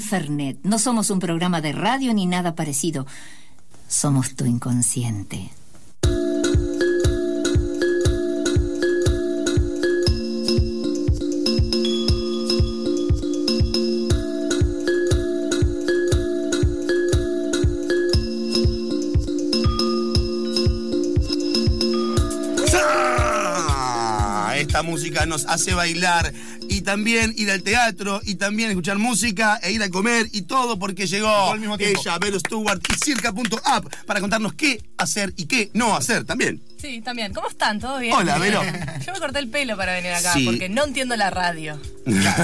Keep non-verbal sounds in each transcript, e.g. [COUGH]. Infernet. No somos un programa de radio ni nada parecido. Somos tu inconsciente. ¡Sa! Esta música nos hace bailar y también ir al teatro y también escuchar música e ir a comer y todo porque llegó Todo al mismo tiempo. ella, Vero Stewart y circa.app para contarnos qué hacer y qué no hacer también. Sí, también. ¿Cómo están? ¿Todo bien? Hola, Vero. [LAUGHS] Yo me corté el pelo para venir acá Sí. porque no entiendo la radio. Claro,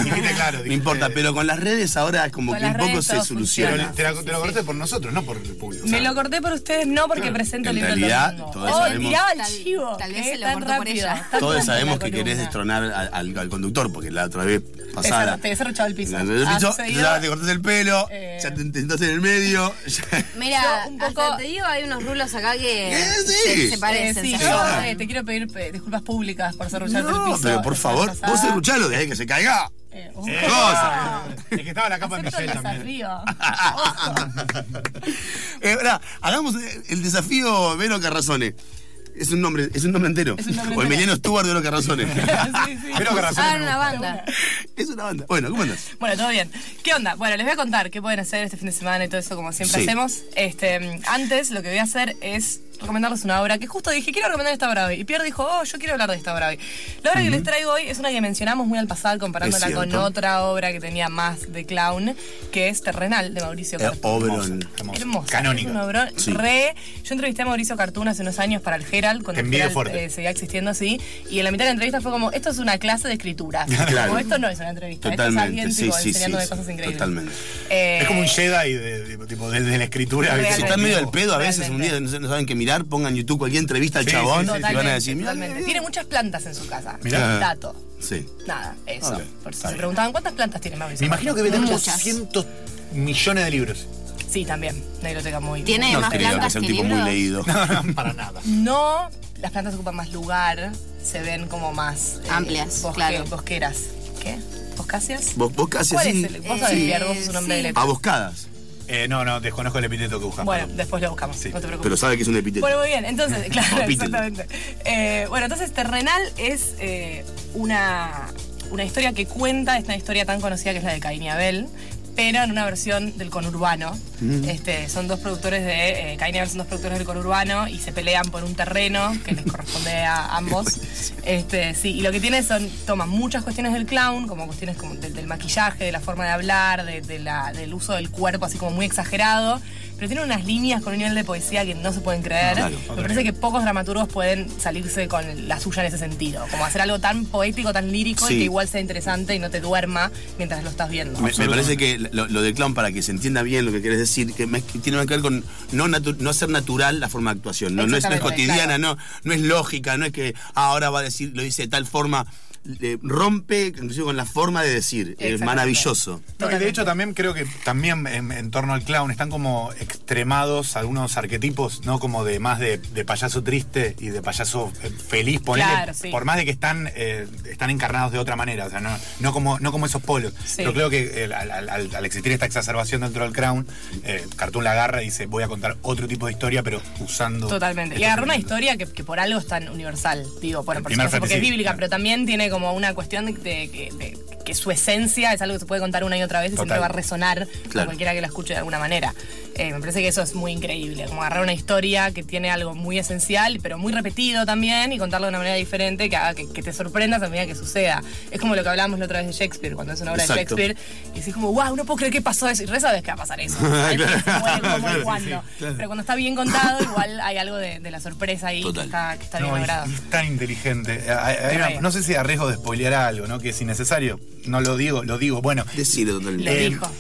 dijiste claro. No dijiste- importa, pero con las redes ahora es como Con que un las poco redes se todo Pero soluciona. funciona. te la- te lo cortaste por nosotros, no por el público. o sea, Me lo corté por ustedes no porque presento en el libro el realidad, domingo. todos oh, sabemos- tiraba el Tal- chivo. tal vez qué se lo tan cortó por rápido. ella. Tan Todos rápida sabemos la que querés columna. destronar al, al- al conductor porque la otra vez Te pasada. cer- Te he cerruchado el piso. Entonces, piso, Has seguido- ya te cortaste el pelo, Eh. ya te intentaste en el medio. ya- Mira, Yo un poco- hasta te digo, hay unos rulos acá que Eh, sí. se, Eh, se Eh, parecen. sí, se este, yo, ayudan. eh, te quiero pedir eh, disculpas públicas por cerrucharte el No, piso. pero por la favor, semana vos pasada. escuchalo de ahí que se [LAUGHS] caiga. Eh, un- Eh, Cosa. Es que estaba la capa de Acepto el Michelle también. desafío. [LAUGHS] [LAUGHS] Eh, pará, hagamos eh, el desafío Vero Carrazone. Es un nombre, es un nombre entero. Es un nombre o entero. Emiliano Stuart Vero Carrazone. [LAUGHS] Sí, sí. Pero que razón. Hagan Ah, una banda. [LAUGHS] es una banda. Bueno, ¿cómo andas? Bueno, todo bien. ¿Qué onda? Bueno, les voy a contar qué pueden hacer este fin de semana y todo eso como siempre Sí. hacemos. Este, antes lo que voy a hacer es recomendarles una obra que justo dije, quiero recomendar esta obra hoy. Y Pierre dijo, oh, yo quiero hablar de esta obra hoy. La obra que les traigo hoy es una que mencionamos muy al pasar comparándola Es con cierto. otra obra que tenía más de clown, que es Terrenal de Mauricio Eh, Carpi. Oberon. Hermoso. Hermosa. Canónica. Es un obrón Sí. re. Yo entrevisté a Mauricio Cartún hace unos años para el Herald, cuando Te el envidio Herald, fuerte. eh, seguía existiendo así. Y en la mitad de la entrevista fue como, esto es una clase de escritura. [LAUGHS] Claro. Como esto no es una entrevista. Totalmente. esto Sí, es alguien tipo, sí, sí. enseñándome sí, cosas increíbles. Totalmente. Eh, Es como un Jedi de, de- tipo, desde la escritura. Real. ¿viste? Si están medio al pedo a veces, un Realmente. día no sé- no saben qué mirar, pongan en YouTube cualquier entrevista al Sí, chabón y sí, sí, van a totalmente, decir, mira, totalmente. Tiene muchas plantas en su casa. Mirá. Dato. Sí. Nada, eso. Ok, Por si está se bien. preguntaban cuántas plantas tiene Mauricio. Me imagino que venden Muchas. 800 millones de libros. Sí, también. Una biblioteca muy. Tiene No más creo que plantas sea que un tipo libros. muy leído. Para nada. No, las plantas ocupan más lugar, se ven como más. eh, Amplias, bosque- claro. Bosqueras. ¿Qué? ¿Boscáceas? Vos, vos casi ¿Cuál así. es el? Vos sabés, Sí. Pierre, vos sos un hombre de Sí. letras. A buscadas. Eh, no, no, desconozco el epíteto que buscas. Bueno, ah, perdón. después lo buscamos, Sí. no te preocupes. Pero sabe que es un epíteto. Bueno, muy bien, entonces, [LAUGHS] claro, Capítulo. exactamente. Eh, bueno, entonces Terrenal es eh, una, una historia que cuenta esta historia tan conocida que es la de Caín y Abel, pero en una versión del conurbano. Este, son dos productores de. eh, Caín y Abel son dos productores del conurbano y se pelean por un terreno que les corresponde a ambos. Este, sí, y lo que tiene son, toman muchas cuestiones del clown, como cuestiones como del, del maquillaje, de la forma de hablar, de- de la- del uso del cuerpo, así como muy exagerado, pero tiene unas líneas con un nivel de poesía que no se pueden creer. Claro. Me parece que pocos dramaturgos pueden salirse con la suya en ese sentido, como hacer algo tan poético, tan lírico Sí. y que igual sea interesante y no te duerma mientras lo estás viendo. Me, me parece que lo, lo de clown, para que se entienda bien lo que querés decir, que me- que tiene más que ver con no, natu- no hacer natural la forma de actuación. No, no, es, no es Exactamente, cotidiana, claro. no, no es lógica, no es que ah, ahora va a decir, lo dice de tal forma. le- rompe inclusive con la forma de decir. Es Exactamente. maravilloso. No, y de hecho también creo que también en, en torno al clown están como extremados algunos arquetipos, ¿no? Como de más de, de payaso triste y de payaso eh, feliz, ponele, Claro, sí. por más de que están, eh, están encarnados de otra manera, o sea, no, no, como, no como esos polos. Sí. Pero creo que eh, al, al- al- al existir esta exacerbación dentro del clown, eh, Cartoon la agarra y dice voy a contar otro tipo de historia, pero usando... Totalmente. Y estos agarró una elementos". historia que, que por algo es tan universal. Digo, bueno, El por primer supuesto, porque es fratricidio, bíblica, claro. pero también tiene como una cuestión de, de- de- de- que su esencia es algo que se puede contar una y otra vez y Total. siempre va a resonar con Claro. cualquiera que la escuche de alguna manera. Eh, me parece que eso es muy increíble. Como agarrar una historia que tiene algo muy esencial, pero muy repetido también, y contarlo de una manera diferente que haga que, que te sorprendas a medida que suceda. Es como lo que hablamos la otra vez de Shakespeare, cuando es una obra Exacto. de Shakespeare, y decís como, wow, no puedo creer que pasó eso. Y re sabes que va a [LAUGHS] pasar eso. Ay, Claro. se muere, cómo y Claro, sí, cuándo. sí, claro. Pero cuando está bien contado, igual hay algo de, de la sorpresa ahí que Total. está, que está bien No, y- logrado. y es tan inteligente. Eh, Hay- hay una- Re. no sé si arriesgo de spoilear algo, ¿no? Que es innecesario. No lo digo, lo digo. Bueno, Decirlo totalmente. Lo Eh, dijo.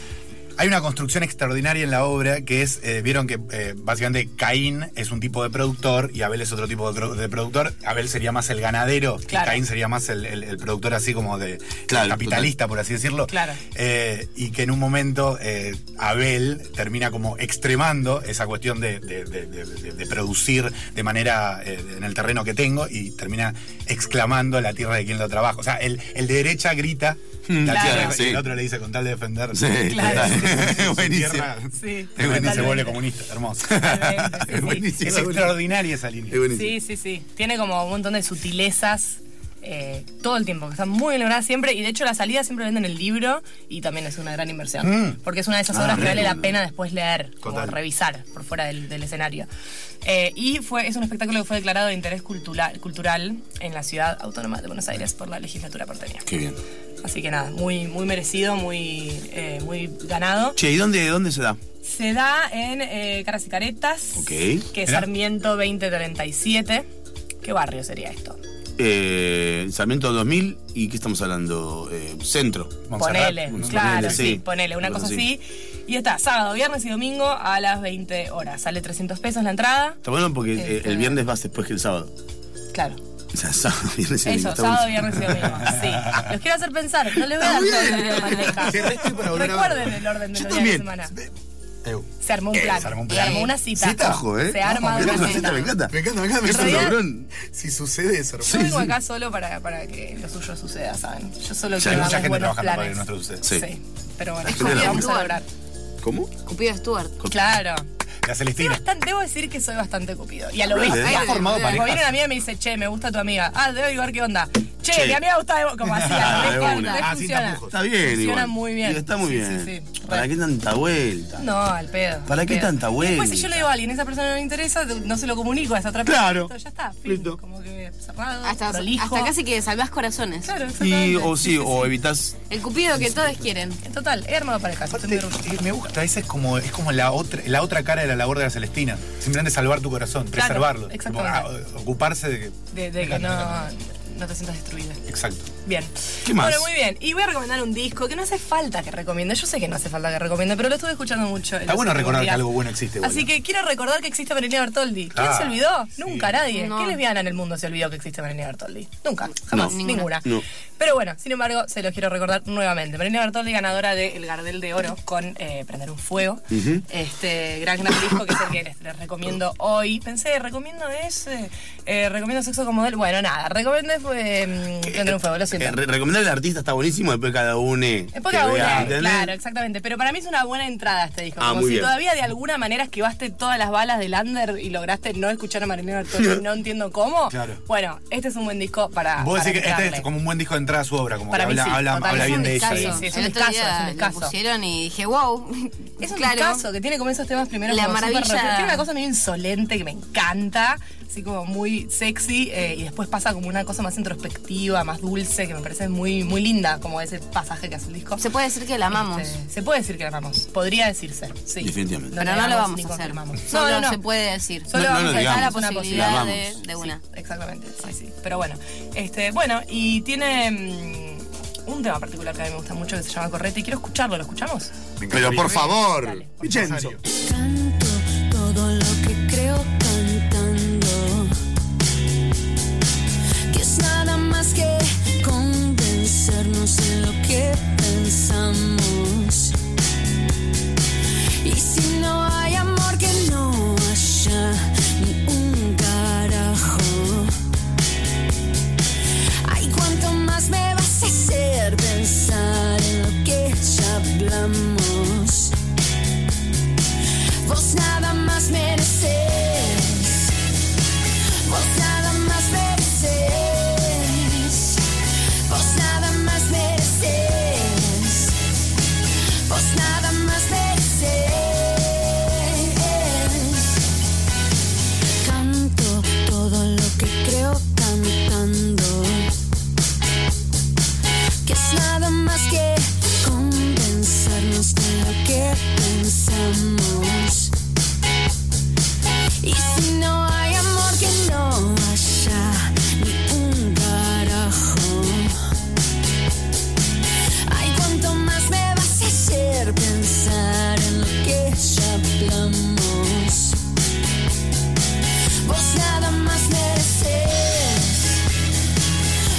Hay una construcción extraordinaria en la obra que es, eh, vieron que eh, básicamente Caín es un tipo de productor y Abel es otro tipo de, pro- de productor. Abel sería más el ganadero Claro. y Caín sería más el, el- el productor así como de Claro, capitalista, por así decirlo. Claro. Eh, y que en un momento eh, Abel termina como extremando esa cuestión de, de- de- de- de- de producir de manera eh, en el terreno que tengo y termina exclamando la tierra de quien lo trabaja. O sea, el, el de derecha grita La Claro. tierra, Hmm, Sí. y el otro le dice con tal de defender. Sí, Claro. total. [LAUGHS] Su Buenísimo. tierra, Sí, la gente se totalmente. vuelve comunista, hermoso. Totalmente, sí, [LAUGHS] Es sí. buenísimo. Es extraordinaria esa línea. Es buenísimo. Sí, sí, sí. Tiene como un montón de sutilezas eh, todo el tiempo, que están muy elaboradas siempre. Y de hecho, la salida siempre venden el libro y también es una gran inversión. Porque es una de esas Ah, obras que re vale la bueno. pena después leer Mm. Total. o revisar por fuera del, del escenario. Eh, y fue, es un espectáculo que fue declarado de interés cultura- cultural en la ciudad autónoma de Buenos Aires por la legislatura porteña. Qué bien. Así que nada, muy, muy merecido, muy, eh, muy ganado. Che, ¿y dónde, dónde se da? Se da en eh, Caras y Caretas, Ok. que es Mirá. Sarmiento 2037. ¿Qué barrio sería esto? Eh, Sarmiento 2000 y ¿qué estamos hablando? Eh, centro. Montserrat, ponele, Montserrat, claro, ponele, sí, sí. ponele, una Una cosa cosa así. Y está, sábado, viernes y domingo a las 20 horas. Sale 300 pesos la entrada. Está bueno porque eh, Este. el viernes vas después que el sábado. Claro. O sea, sábado, viernes y domingo. Eso, Está sábado, buenísimo. viernes y domingo. Sí. Los quiero hacer pensar, no les voy a dar todo el de bandeja. Sí, estoy para volver a Recuerden verlo. el orden de Yo los días de también. semana. Eu. Se armó un plan. Se armó armó, un plan. una cita. Cita, jo, ¿eh? Se arma Vamos, una mirá, cita, cita. me encanta. Me encanta, me encanta. Me En encanta, realidad- cabrón. Si sucede eso, hermoso. Yo vengo acá solo para, para que lo suyo suceda, ¿saben? Yo solo Sí, quiero hay Mucha darles gente buenos trabajando para que planes. nuestro suceda. Sí. Sí. Pero bueno, gente labura. vamos a lograr. ¿Cómo? Cupido Stuart. Claro. La Soy Celestina. bastante- debo decir que soy bastante cupido. Y a lo Ahí bestia. ha formado Como viene parejas. una amiga y me dice, che, me gusta tu amiga. Ah, debo averiguar qué onda. Che, Che. mi amiga gusta de vos. [LAUGHS] Como así, a Ah, lo de bestia, una. re Ah, sin funciona. tapujos. Está bien, Funciona igual. muy bien. Digo, está muy Sí, sí, bien. sí. ¿Para Re. qué tanta vuelta? No, al pedo. ¿Para al qué pedo. tanta Y Después, si yo vuelta? le digo a alguien, esa persona no le interesa, no se lo comunico a esa otra persona. Claro. Entonces, ya está. fin. Listo. Como que cerrado. Hasta, prolijo. hasta casi que salvás corazones. Claro, exactamente. Y, o sí, o evitas. El cupido que todos quieren. En total, he armado parejas. estoy muy Aparte, orgullosa. eh, me gusta, esa es como, es como la, otra, la otra cara de la labor de la Celestina. Simplemente salvar tu corazón, Claro, preservarlo. exactamente. Tipo, a- ocuparse de que. De, de que no, no te sientas destruida. Exacto. Bien. ¿Qué más? Bueno, muy bien. Y voy a recomendar un disco que no hace falta que recomiende. Yo sé que no hace falta que recomiende, pero lo estuve escuchando mucho. en Está los bueno últimos recordar que días. algo bueno existe. boludo. Así que quiero recordar que existe Marilina Bertoldi. ¿Quién Ah, se olvidó? Nunca nadie. No. ¿Qué lesbiana en el mundo se olvidó que existe Marilina Bertoldi? Nunca, jamás, No. ninguna. No. Pero bueno, sin embargo, se los quiero recordar nuevamente. Marilina Bertoldi, ganadora del Gardel de Oro con eh, Prender un Fuego. Este gran, gran disco que es el que les, les recomiendo hoy. Pensé, recomiendo ese, eh, recomiendo Sexo con Modelo. Bueno, nada, recomendé fue mm, Prender un Fuego, lo siento. Eh, re- recomendar al artista está buenísimo, después cada uno. eh, Es porque que aún vea, hay, ¿entendés? claro, exactamente. Pero para mí es una buena entrada este disco. Ah, como muy si bien. todavía de alguna manera esquivaste todas las balas del under y lograste no escuchar a Marinero [LAUGHS] Bertoldi, no entiendo cómo. Claro. Bueno, este es un buen disco para. Vos decís para que este entrarle. es como un buen disco de entrada a su obra, como Para que mí habla, sí, habla, total. habla Es bien un de ella. discazo. digamos. sí, es un el otro discazo, día es un lo discazo. pusieron y dije, wow. Es un claro. caso que tiene como esos temas primero La como súper maravilla. reflex- Tiene una cosa medio insolente que me encanta, así como muy sexy, eh, y después pasa como una cosa más introspectiva, más dulce, que me parece muy, muy linda, como ese pasaje que hace el disco. Se puede decir que la amamos. Este, se puede decir que la amamos, podría decirse, sí. Definitivamente. pero negamos no lo ni vamos a hacer. confirmamos. Solo No, no, no. se puede decir. Solo No, no vamos lo a digamos. dejar la la posibilidad. posibilidad amamos. de, de una. Exactamente, sí, sí. Pero bueno, este, bueno, y tiene mm, un tema particular que a mí me gusta mucho que se llama Correte y quiero escucharlo, ¿lo escuchamos? Pero por favor. Dale. Vincenzo. Canto todo lo que creo cantando, que es nada más que convencernos de lo que pensamos. Y si no hay amor, que no haya ni un carajo. Ay, cuánto más me vas a hacer pensar en lo que ya hablamos. Vos nada más mereces. Vos nada más mereces. Vos nada más mereces. Vos nada más mereces. Canto todo lo que creo cantando que es nada más que convencernos de lo que pensamos. Y si no hay amor, que no haya ni un carajo. Ay, cuánto más me vas a hacer pensar en lo que ya hablamos. Vos nada más mereces.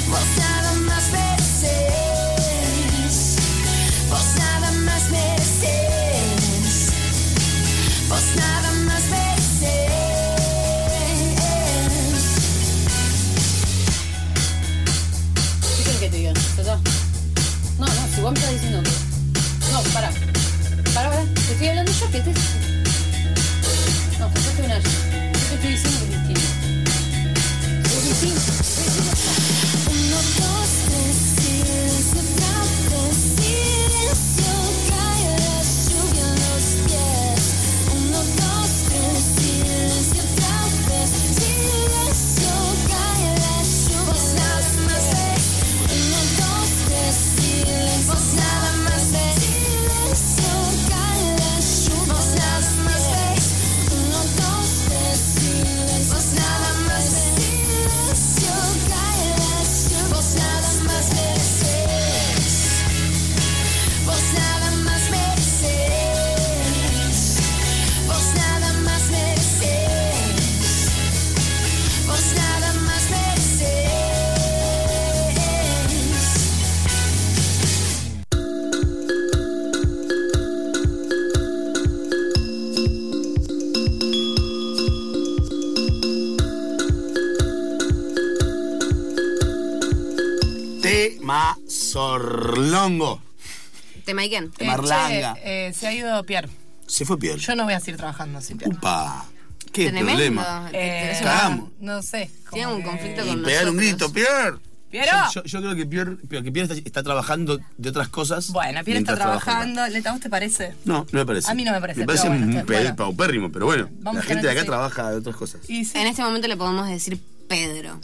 Vos nada más mereces. Vos nada más mereces. Vos nada más mereces. ¿Qué quieres que te diga? No, no. Sorlongo. Te maiquen. Eh, Marlanga. che, eh, se ha ido Pierre. Se fue Pierre. Yo no voy a seguir trabajando sin Pierre. Upa. ¿Qué Tremendo. problema? Te- Eh, te- Cagamos. No sé. como Tiene un que- conflicto Y con pegar un grito, nosotros. Pierre. ¡Piero! Yo, yo creo que Pierre, que Pierre está, está trabajando de otras cosas. Bueno, Pierre está mientras trabaja acá. trabajando. Leta, ¿a vos te parece? No, no me parece. A mí no me parece, Me parece pero bueno, un está- pe- bueno. paupérrimo, pero bueno. Vamos la a gente de ponerle acá sí. trabaja de otras cosas. Y sí, En este momento le podemos decir Pedro.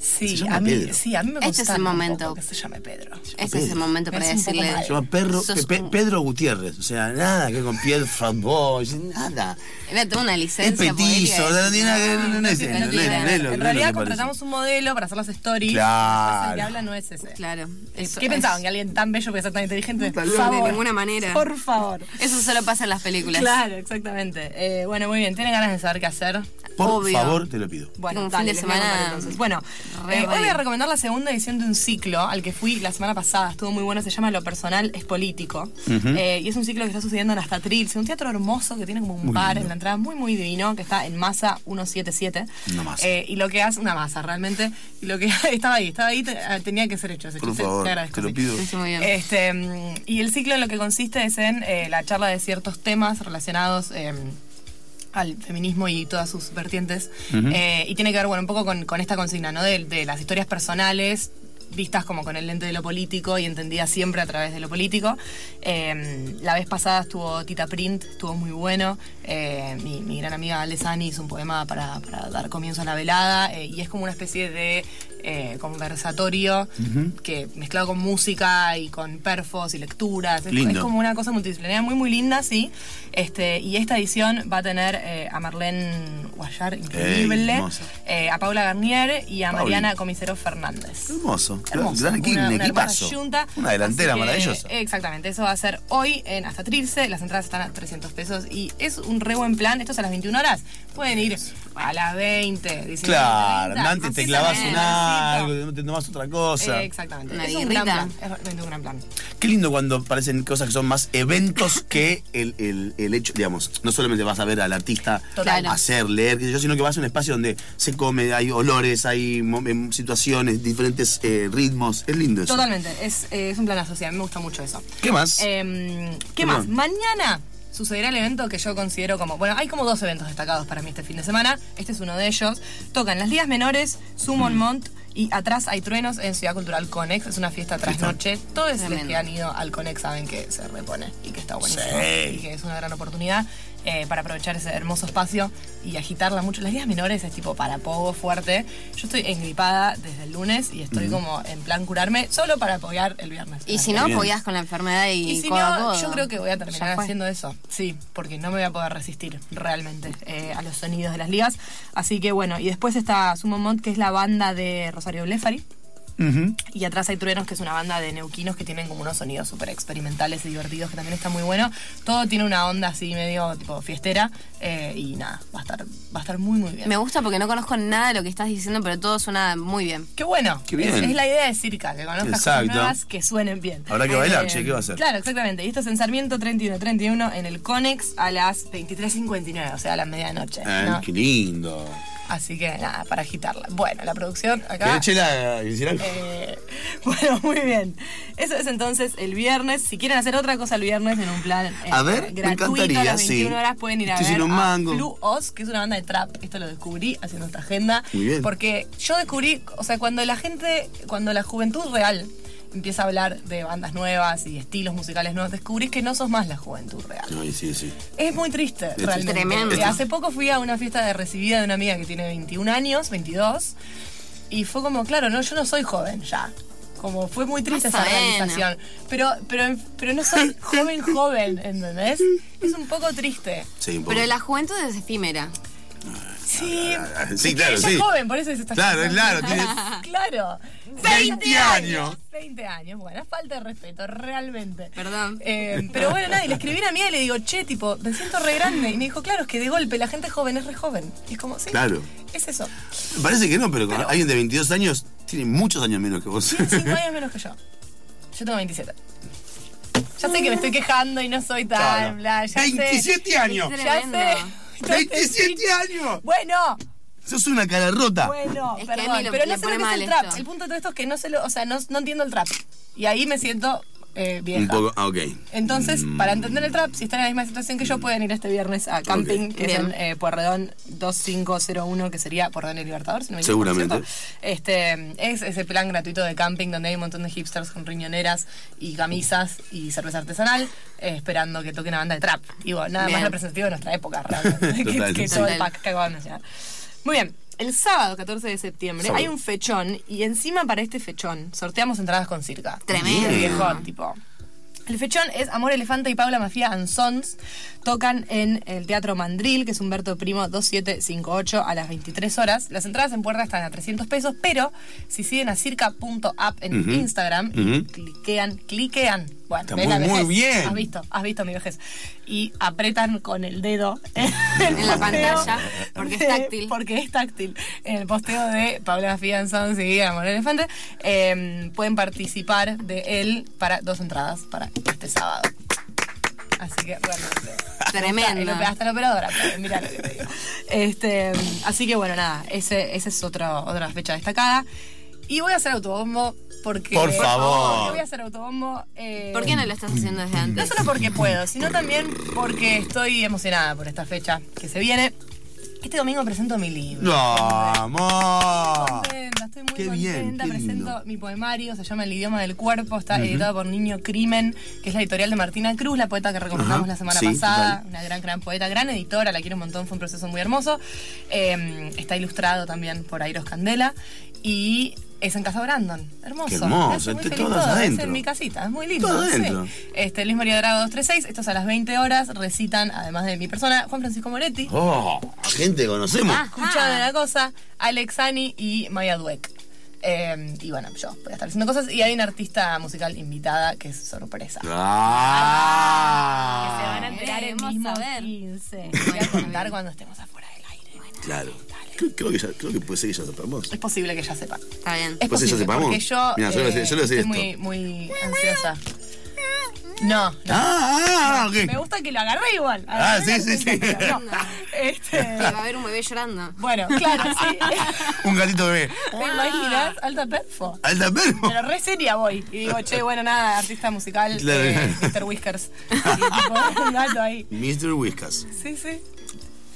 sí, llama a mí, Pedro. sí, a mí me Este es gusta el momento. que se llame Pedro. Ese es el momento para Es un poco decirle. mal. Se llama Perro- Sos Pe- un- Pedro Gutiérrez. O sea, nada que con Pierre Framboy, nada. Era toda una Es licencia. petizo, poética. no tiene nada que ver, no es tiene nada que ver. En realidad contratamos un modelo para hacer las stories. Claro. Entonces, El que habla no es ese. Claro. eso Eh, ¿Qué es- pensaban? ¿Que alguien tan bello puede ser tan inteligente? Por De [LAUGHS] ninguna manera. Por favor. Eso solo pasa en las películas. Claro, exactamente. Eh, bueno, muy bien. ¿Tienen ganas de saber qué hacer? Por Obvio. favor, te lo pido. Bueno, Tengo un dale, fin de les voy a semana contar entonces. Bueno, re eh, hoy voy variado. a recomendar la segunda edición de un ciclo al que fui la semana pasada. Estuvo muy bueno, se llama Lo Personal es Político. Eh, y es un ciclo que está sucediendo en Astatril. Es un teatro hermoso que tiene como un bar en la entrada muy, muy divino, que está en Masa 177. Una masa. Eh, y lo que hace, una masa realmente. Y lo que [LAUGHS] estaba ahí, estaba ahí, te- ah, tenía que ser hecho ese Por chiste, favor, te agradezco, te lo sí. pido. Sí, muy bien. Este, mm, y el ciclo lo que consiste es en eh, la charla de ciertos temas relacionados em, al feminismo y todas sus vertientes. Eh, y tiene que ver, bueno, un poco con, con esta consigna, ¿no? De, de las historias personales vistas como con el lente de lo político y entendidas siempre a través de lo político. Em, la vez pasada estuvo Tita Print, estuvo muy bueno. Eh, mi, mi gran amiga Alessani hizo un poema para, para dar comienzo a la velada eh, y es como una especie de eh, conversatorio que mezclado con música y con perfos y lecturas. Es- Es, Lindo. como una cosa multidisciplinaria muy, muy linda, sí. Este, y esta edición va a tener eh, a Marlene Guayar, increíble, hermosa. eh, a Paula Garnier y a Pauli. Mariana Comisero Fernández. Hermoso. Hermoso. Gran equi- Una- un una equipazo. hermosa yunta. Una delantera Así que, eh, maravillosa. Exactamente, eso va a ser hoy en Hasta Trilce. Las entradas están a 300 pesos y es un re buen plan. Esto es a las 21 horas. Pueden ir a las 20, 19, Claro, 30, antes te así clavas también, un así, algo, te tomás otra cosa. eh, exactamente. Una es un birrita. gran plan. Es realmente un gran plan. Qué lindo cuando parecen cosas que son más eventos que el, el- el hecho, digamos, no solamente vas a ver al artista Total. hacer, leer, qué sé yo, sino que vas a un espacio donde se come, hay olores, hay mo- em, situaciones, diferentes eh, ritmos. Es lindo eso. Totalmente. Es, eh, es un plan asociado. A mí me gusta mucho eso. ¿Qué más? Em, ¿Qué Perdón. más? Mañana sucederá el evento que yo considero como. Bueno, hay como dos eventos destacados para mí este fin de semana. Este es uno de ellos. Tocan las ligas menores, Mm. Summon Mont y Atrás hay truenos en Ciudad Cultural Conex. Es una fiesta tras noche. Todos los Tremendo. que han ido al Conex saben que se repone y que está buenísimo. Sí. Y que es una gran oportunidad eh, para aprovechar ese hermoso espacio y agitarla mucho. Las ligas menores es tipo para poco fuerte. Yo estoy engripada desde el lunes y estoy como en plan curarme solo para apoyar el viernes. Y si no, apoyás con la enfermedad y, Y si codo a no, codo. yo creo que voy a Ya terminar fue. haciendo eso. Sí, porque no me voy a poder resistir realmente eh, a los sonidos de las ligas. Así que bueno, y después está Sumo Mont, que es la banda de Rosario Blefari. Y atrás hay Truenos, que es una banda de neuquinos que tienen como unos sonidos súper experimentales y divertidos, que también está muy bueno. Todo tiene una onda así medio tipo fiestera. eh, y nada, va a estar, va a estar muy, muy bien. Me gusta porque no conozco nada de lo que estás diciendo, pero todo suena muy bien. Qué bueno. Qué bien. Es, es la idea de Circa, que conozcas Exacto. cosas nuevas que suenen bien. Eh, Habrá que bailar, che, ¿qué va a hacer? Claro, exactamente. Y esto es en Sarmiento 3131 en el Conex a las 23.59, o sea, a la medianoche. Ay, ¿no? Ah, Qué lindo. Así que nada, para agitarla. Bueno, la producción acá. ¿Querés Eh, chela? ¿Quisiera algo? Eh, [LAUGHS] bueno, muy bien. Eso es entonces el viernes. Si quieren hacer otra cosa el viernes en un plan eh, A ver, me gratuito, a encantaría, las 21 sí. horas pueden ir a Estoy ver sin un a mango. Flu Oz, que es una banda de trap. Esto lo descubrí haciendo esta agenda. Muy bien. Porque yo descubrí, o sea, cuando la gente, cuando la juventud real empieza a hablar de bandas nuevas y estilos musicales nuevos, descubrís que no sos más la juventud real. Ay, sí, sí. Es muy triste, Es realmente. tremendo. Eh, Hace poco fui a una fiesta de recibida de una amiga que tiene 21 años, 22, y fue como, claro, no, yo no soy joven ya. Como fue muy triste Más esa o menos. realización. Pero, pero, pero no soy joven, joven, ¿entendés? Es un poco triste. Sí, un poco. Pero la juventud es efímera. Sí, Sí, es que claro, ella sí. es joven, por eso es esta Claro, claro, tiene- [LAUGHS] Claro. 20 años. 20 años, bueno, falta de respeto, realmente. Perdón. Eh, pero bueno, nada, y le escribí a una amiga y le digo, che, tipo, me siento re grande. Y me dijo, claro, es que de golpe la gente joven es re joven. Y es como, sí. Claro. Es eso. Parece que no, pero, con alguien de 22 años tiene muchos años menos que vos. [LAUGHS] Tiene 5 años menos que yo. Yo tengo 27. Ya sé que me estoy quejando y no soy tan Claro. bla, ya sé. 27 años. Ya sé. Tremendo. Ya sé, 27 años. Bueno, Sos una cara rota. bueno, Es que a mí perdón, lo- pero no me sé lo pone que es el mal trap. esto. El punto de todo esto es que no sé lo, o sea, no, no entiendo el trap. Y ahí me siento eh, vieja. Un poco, ah, ok. Entonces, para entender el trap, si están en la misma situación que yo, pueden ir este viernes a Camping, que es Bien. en eh, Pueyrredón 2501, que sería Pueyrredón el Libertador, si no me equivoco, Seguramente. ¿cierto? Este, es ese plan gratuito de camping donde hay un montón de hipsters con riñoneras y camisas y cerveza artesanal, eh, esperando que toque una banda de trap. Digo, nada Bien. más representativo de nuestra [LAUGHS] época, realmente, [LAUGHS] que, Total. que todo el Total. pack que acabamos de mencionar. Muy bien. El sábado 14 de septiembre Sábado. hay un fechón y encima para este fechón sorteamos entradas con circa. Tremendo. Qué viejo, tipo. El fechón es Amor Elefante y Paula Mafia Ansons. Tocan en el Teatro Mandril, que es Humberto Primo 2758 a las 23 horas. Las entradas en puerta están a 300 pesos, pero si siguen a circa.app en Instagram y Ujú. cliquean, cliquean. Bueno, Está ves muy, la muy vejez. bien. Has visto, has visto mi vejez. Y apretan con el dedo [LAUGHS] el En posteo la pantalla, porque es de- táctil. porque es táctil. En el posteo de Paula Fianzón y Amor Elefante, eh, pueden participar de él para dos entradas para este sábado. Así que realmente. Tremendo. Hasta, hasta la operadora, aplaude, mirá lo que te digo. Este, así que bueno, nada, ese, esa es otro, otra fecha destacada. Y voy a hacer autobombo porque. Por favor. porque Voy a hacer autobombo. eh, ¿Por qué no lo estás haciendo desde no antes? solo porque puedo, sino también porque estoy emocionada por esta fecha que se viene. Este domingo presento mi libro. ¡Vamos! Contenta, estoy muy Ah, Qué bien, contenta. qué Presento lindo. mi poemario, se llama El idioma del cuerpo, está editado por Niño Crimen, que es la editorial de Martina Cruz, la poeta que recomendamos Ajá, la semana sí, pasada. total. Una gran, gran poeta, gran editora, la quiero un montón, fue un proceso muy hermoso. Eh, está ilustrado también por Airos Candela y. Es en Casa Brandon, hermoso. Qué hermoso, Me hace muy te- feliz todas todo, Es adentro. en mi casita, es muy lindo. Todo sí. adentro. Este, Luis María Drago 236, estos a las 20 horas recitan, además de mi persona, Juan Francisco Moretti, ¡Oh! Gente que conocemos. Ah. escuchado la cosa, Alex Ani y Maya Dweck. Eh, y bueno, yo voy a estar haciendo cosas. Y hay una artista musical invitada que es sorpresa. Ah. Se van Eh, a enterar el Queremos mismo saber. 15. Te Voy a contar cuando estemos afuera del aire. Claro. Creo, creo que ya, creo que puede ser que ya sepamos. Es posible que ya sepa. Está bien. Es ¿Vos ya posible, sepamos? porque yo, eh, Mirá, yo le voy a decir- yo le voy a decir estoy muy, esto. muy ansiosa. No, no. Ah, ah, Me ok. gusta que lo agarré igual. Ah, Agarré sí, la sí, sensación, sí. no. Este, Que va a haber un bebé llorando. bueno, claro, [LAUGHS] sí. Un gatito bebé. ¿Te imaginas? Alta perfo. Alta perro. Pero re seria voy. Y digo, che, bueno, nada, artista musical, Claro. eh, Mr. Whiskers. Y tipo, [LAUGHS] el gato ahí. Mr. Whiskas. Sí, sí.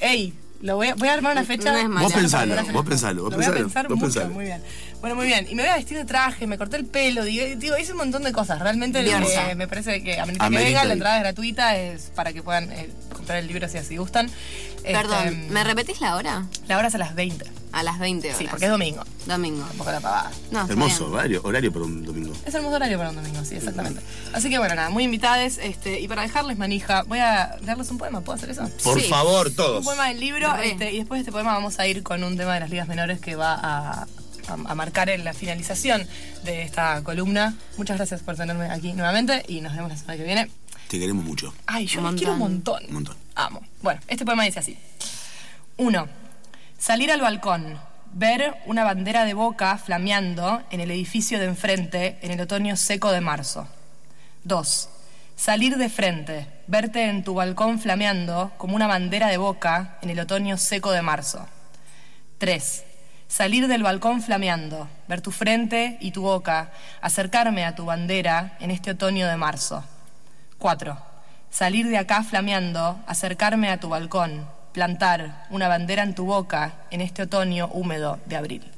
Ey, lo voy a, voy a armar una fecha. No es mala. Vos pensalo, Para hacer vos esto. pensalo, vos Lo voy a pensalo, pensar vos mucho, pensalo. muy bien. Bueno, muy bien. Y me voy a vestir de traje, me corté el pelo, digo, eh, digo, hice un montón de cosas. Realmente Biosa. eh, me parece que amerita que Amerita venga, ir. la entrada es gratuita, es para que puedan eh, comprar el libro si así gustan. Este, Perdón, ¿me repetís la hora? La hora es a las 20. A las 20 horas. Sí, porque es domingo. Domingo. Tampoco la pavada. No, está Hermoso, bien. horario, horario para un domingo. Es hermoso horario para un domingo, sí, exactamente. Así que bueno, nada, muy invitades. Este, y para dejarles manija, voy a leerles un poema, ¿puedo hacer eso? Por Sí. favor, Un todos. poema del libro, Re. este, y después de este poema vamos a ir con un tema de las ligas menores que va a, a- a marcar en la finalización de esta columna. Muchas gracias por tenerme aquí nuevamente y nos vemos la semana que viene. Te queremos mucho. Ay, yo Un los quiero un montón. Un montón. Amo. Bueno, este poema dice así. Uno, Salir al balcón, ver una bandera de boca flameando en el edificio de enfrente en el otoño seco de marzo. Dos, Salir de frente, verte en tu balcón flameando como una bandera de boca en el otoño seco de marzo. 3. Salir del balcón flameando, ver tu frente y tu boca, acercarme a tu bandera en este otoño de marzo. 4. Salir de acá flameando, acercarme a tu balcón, plantar una bandera en tu boca en este otoño húmedo de abril.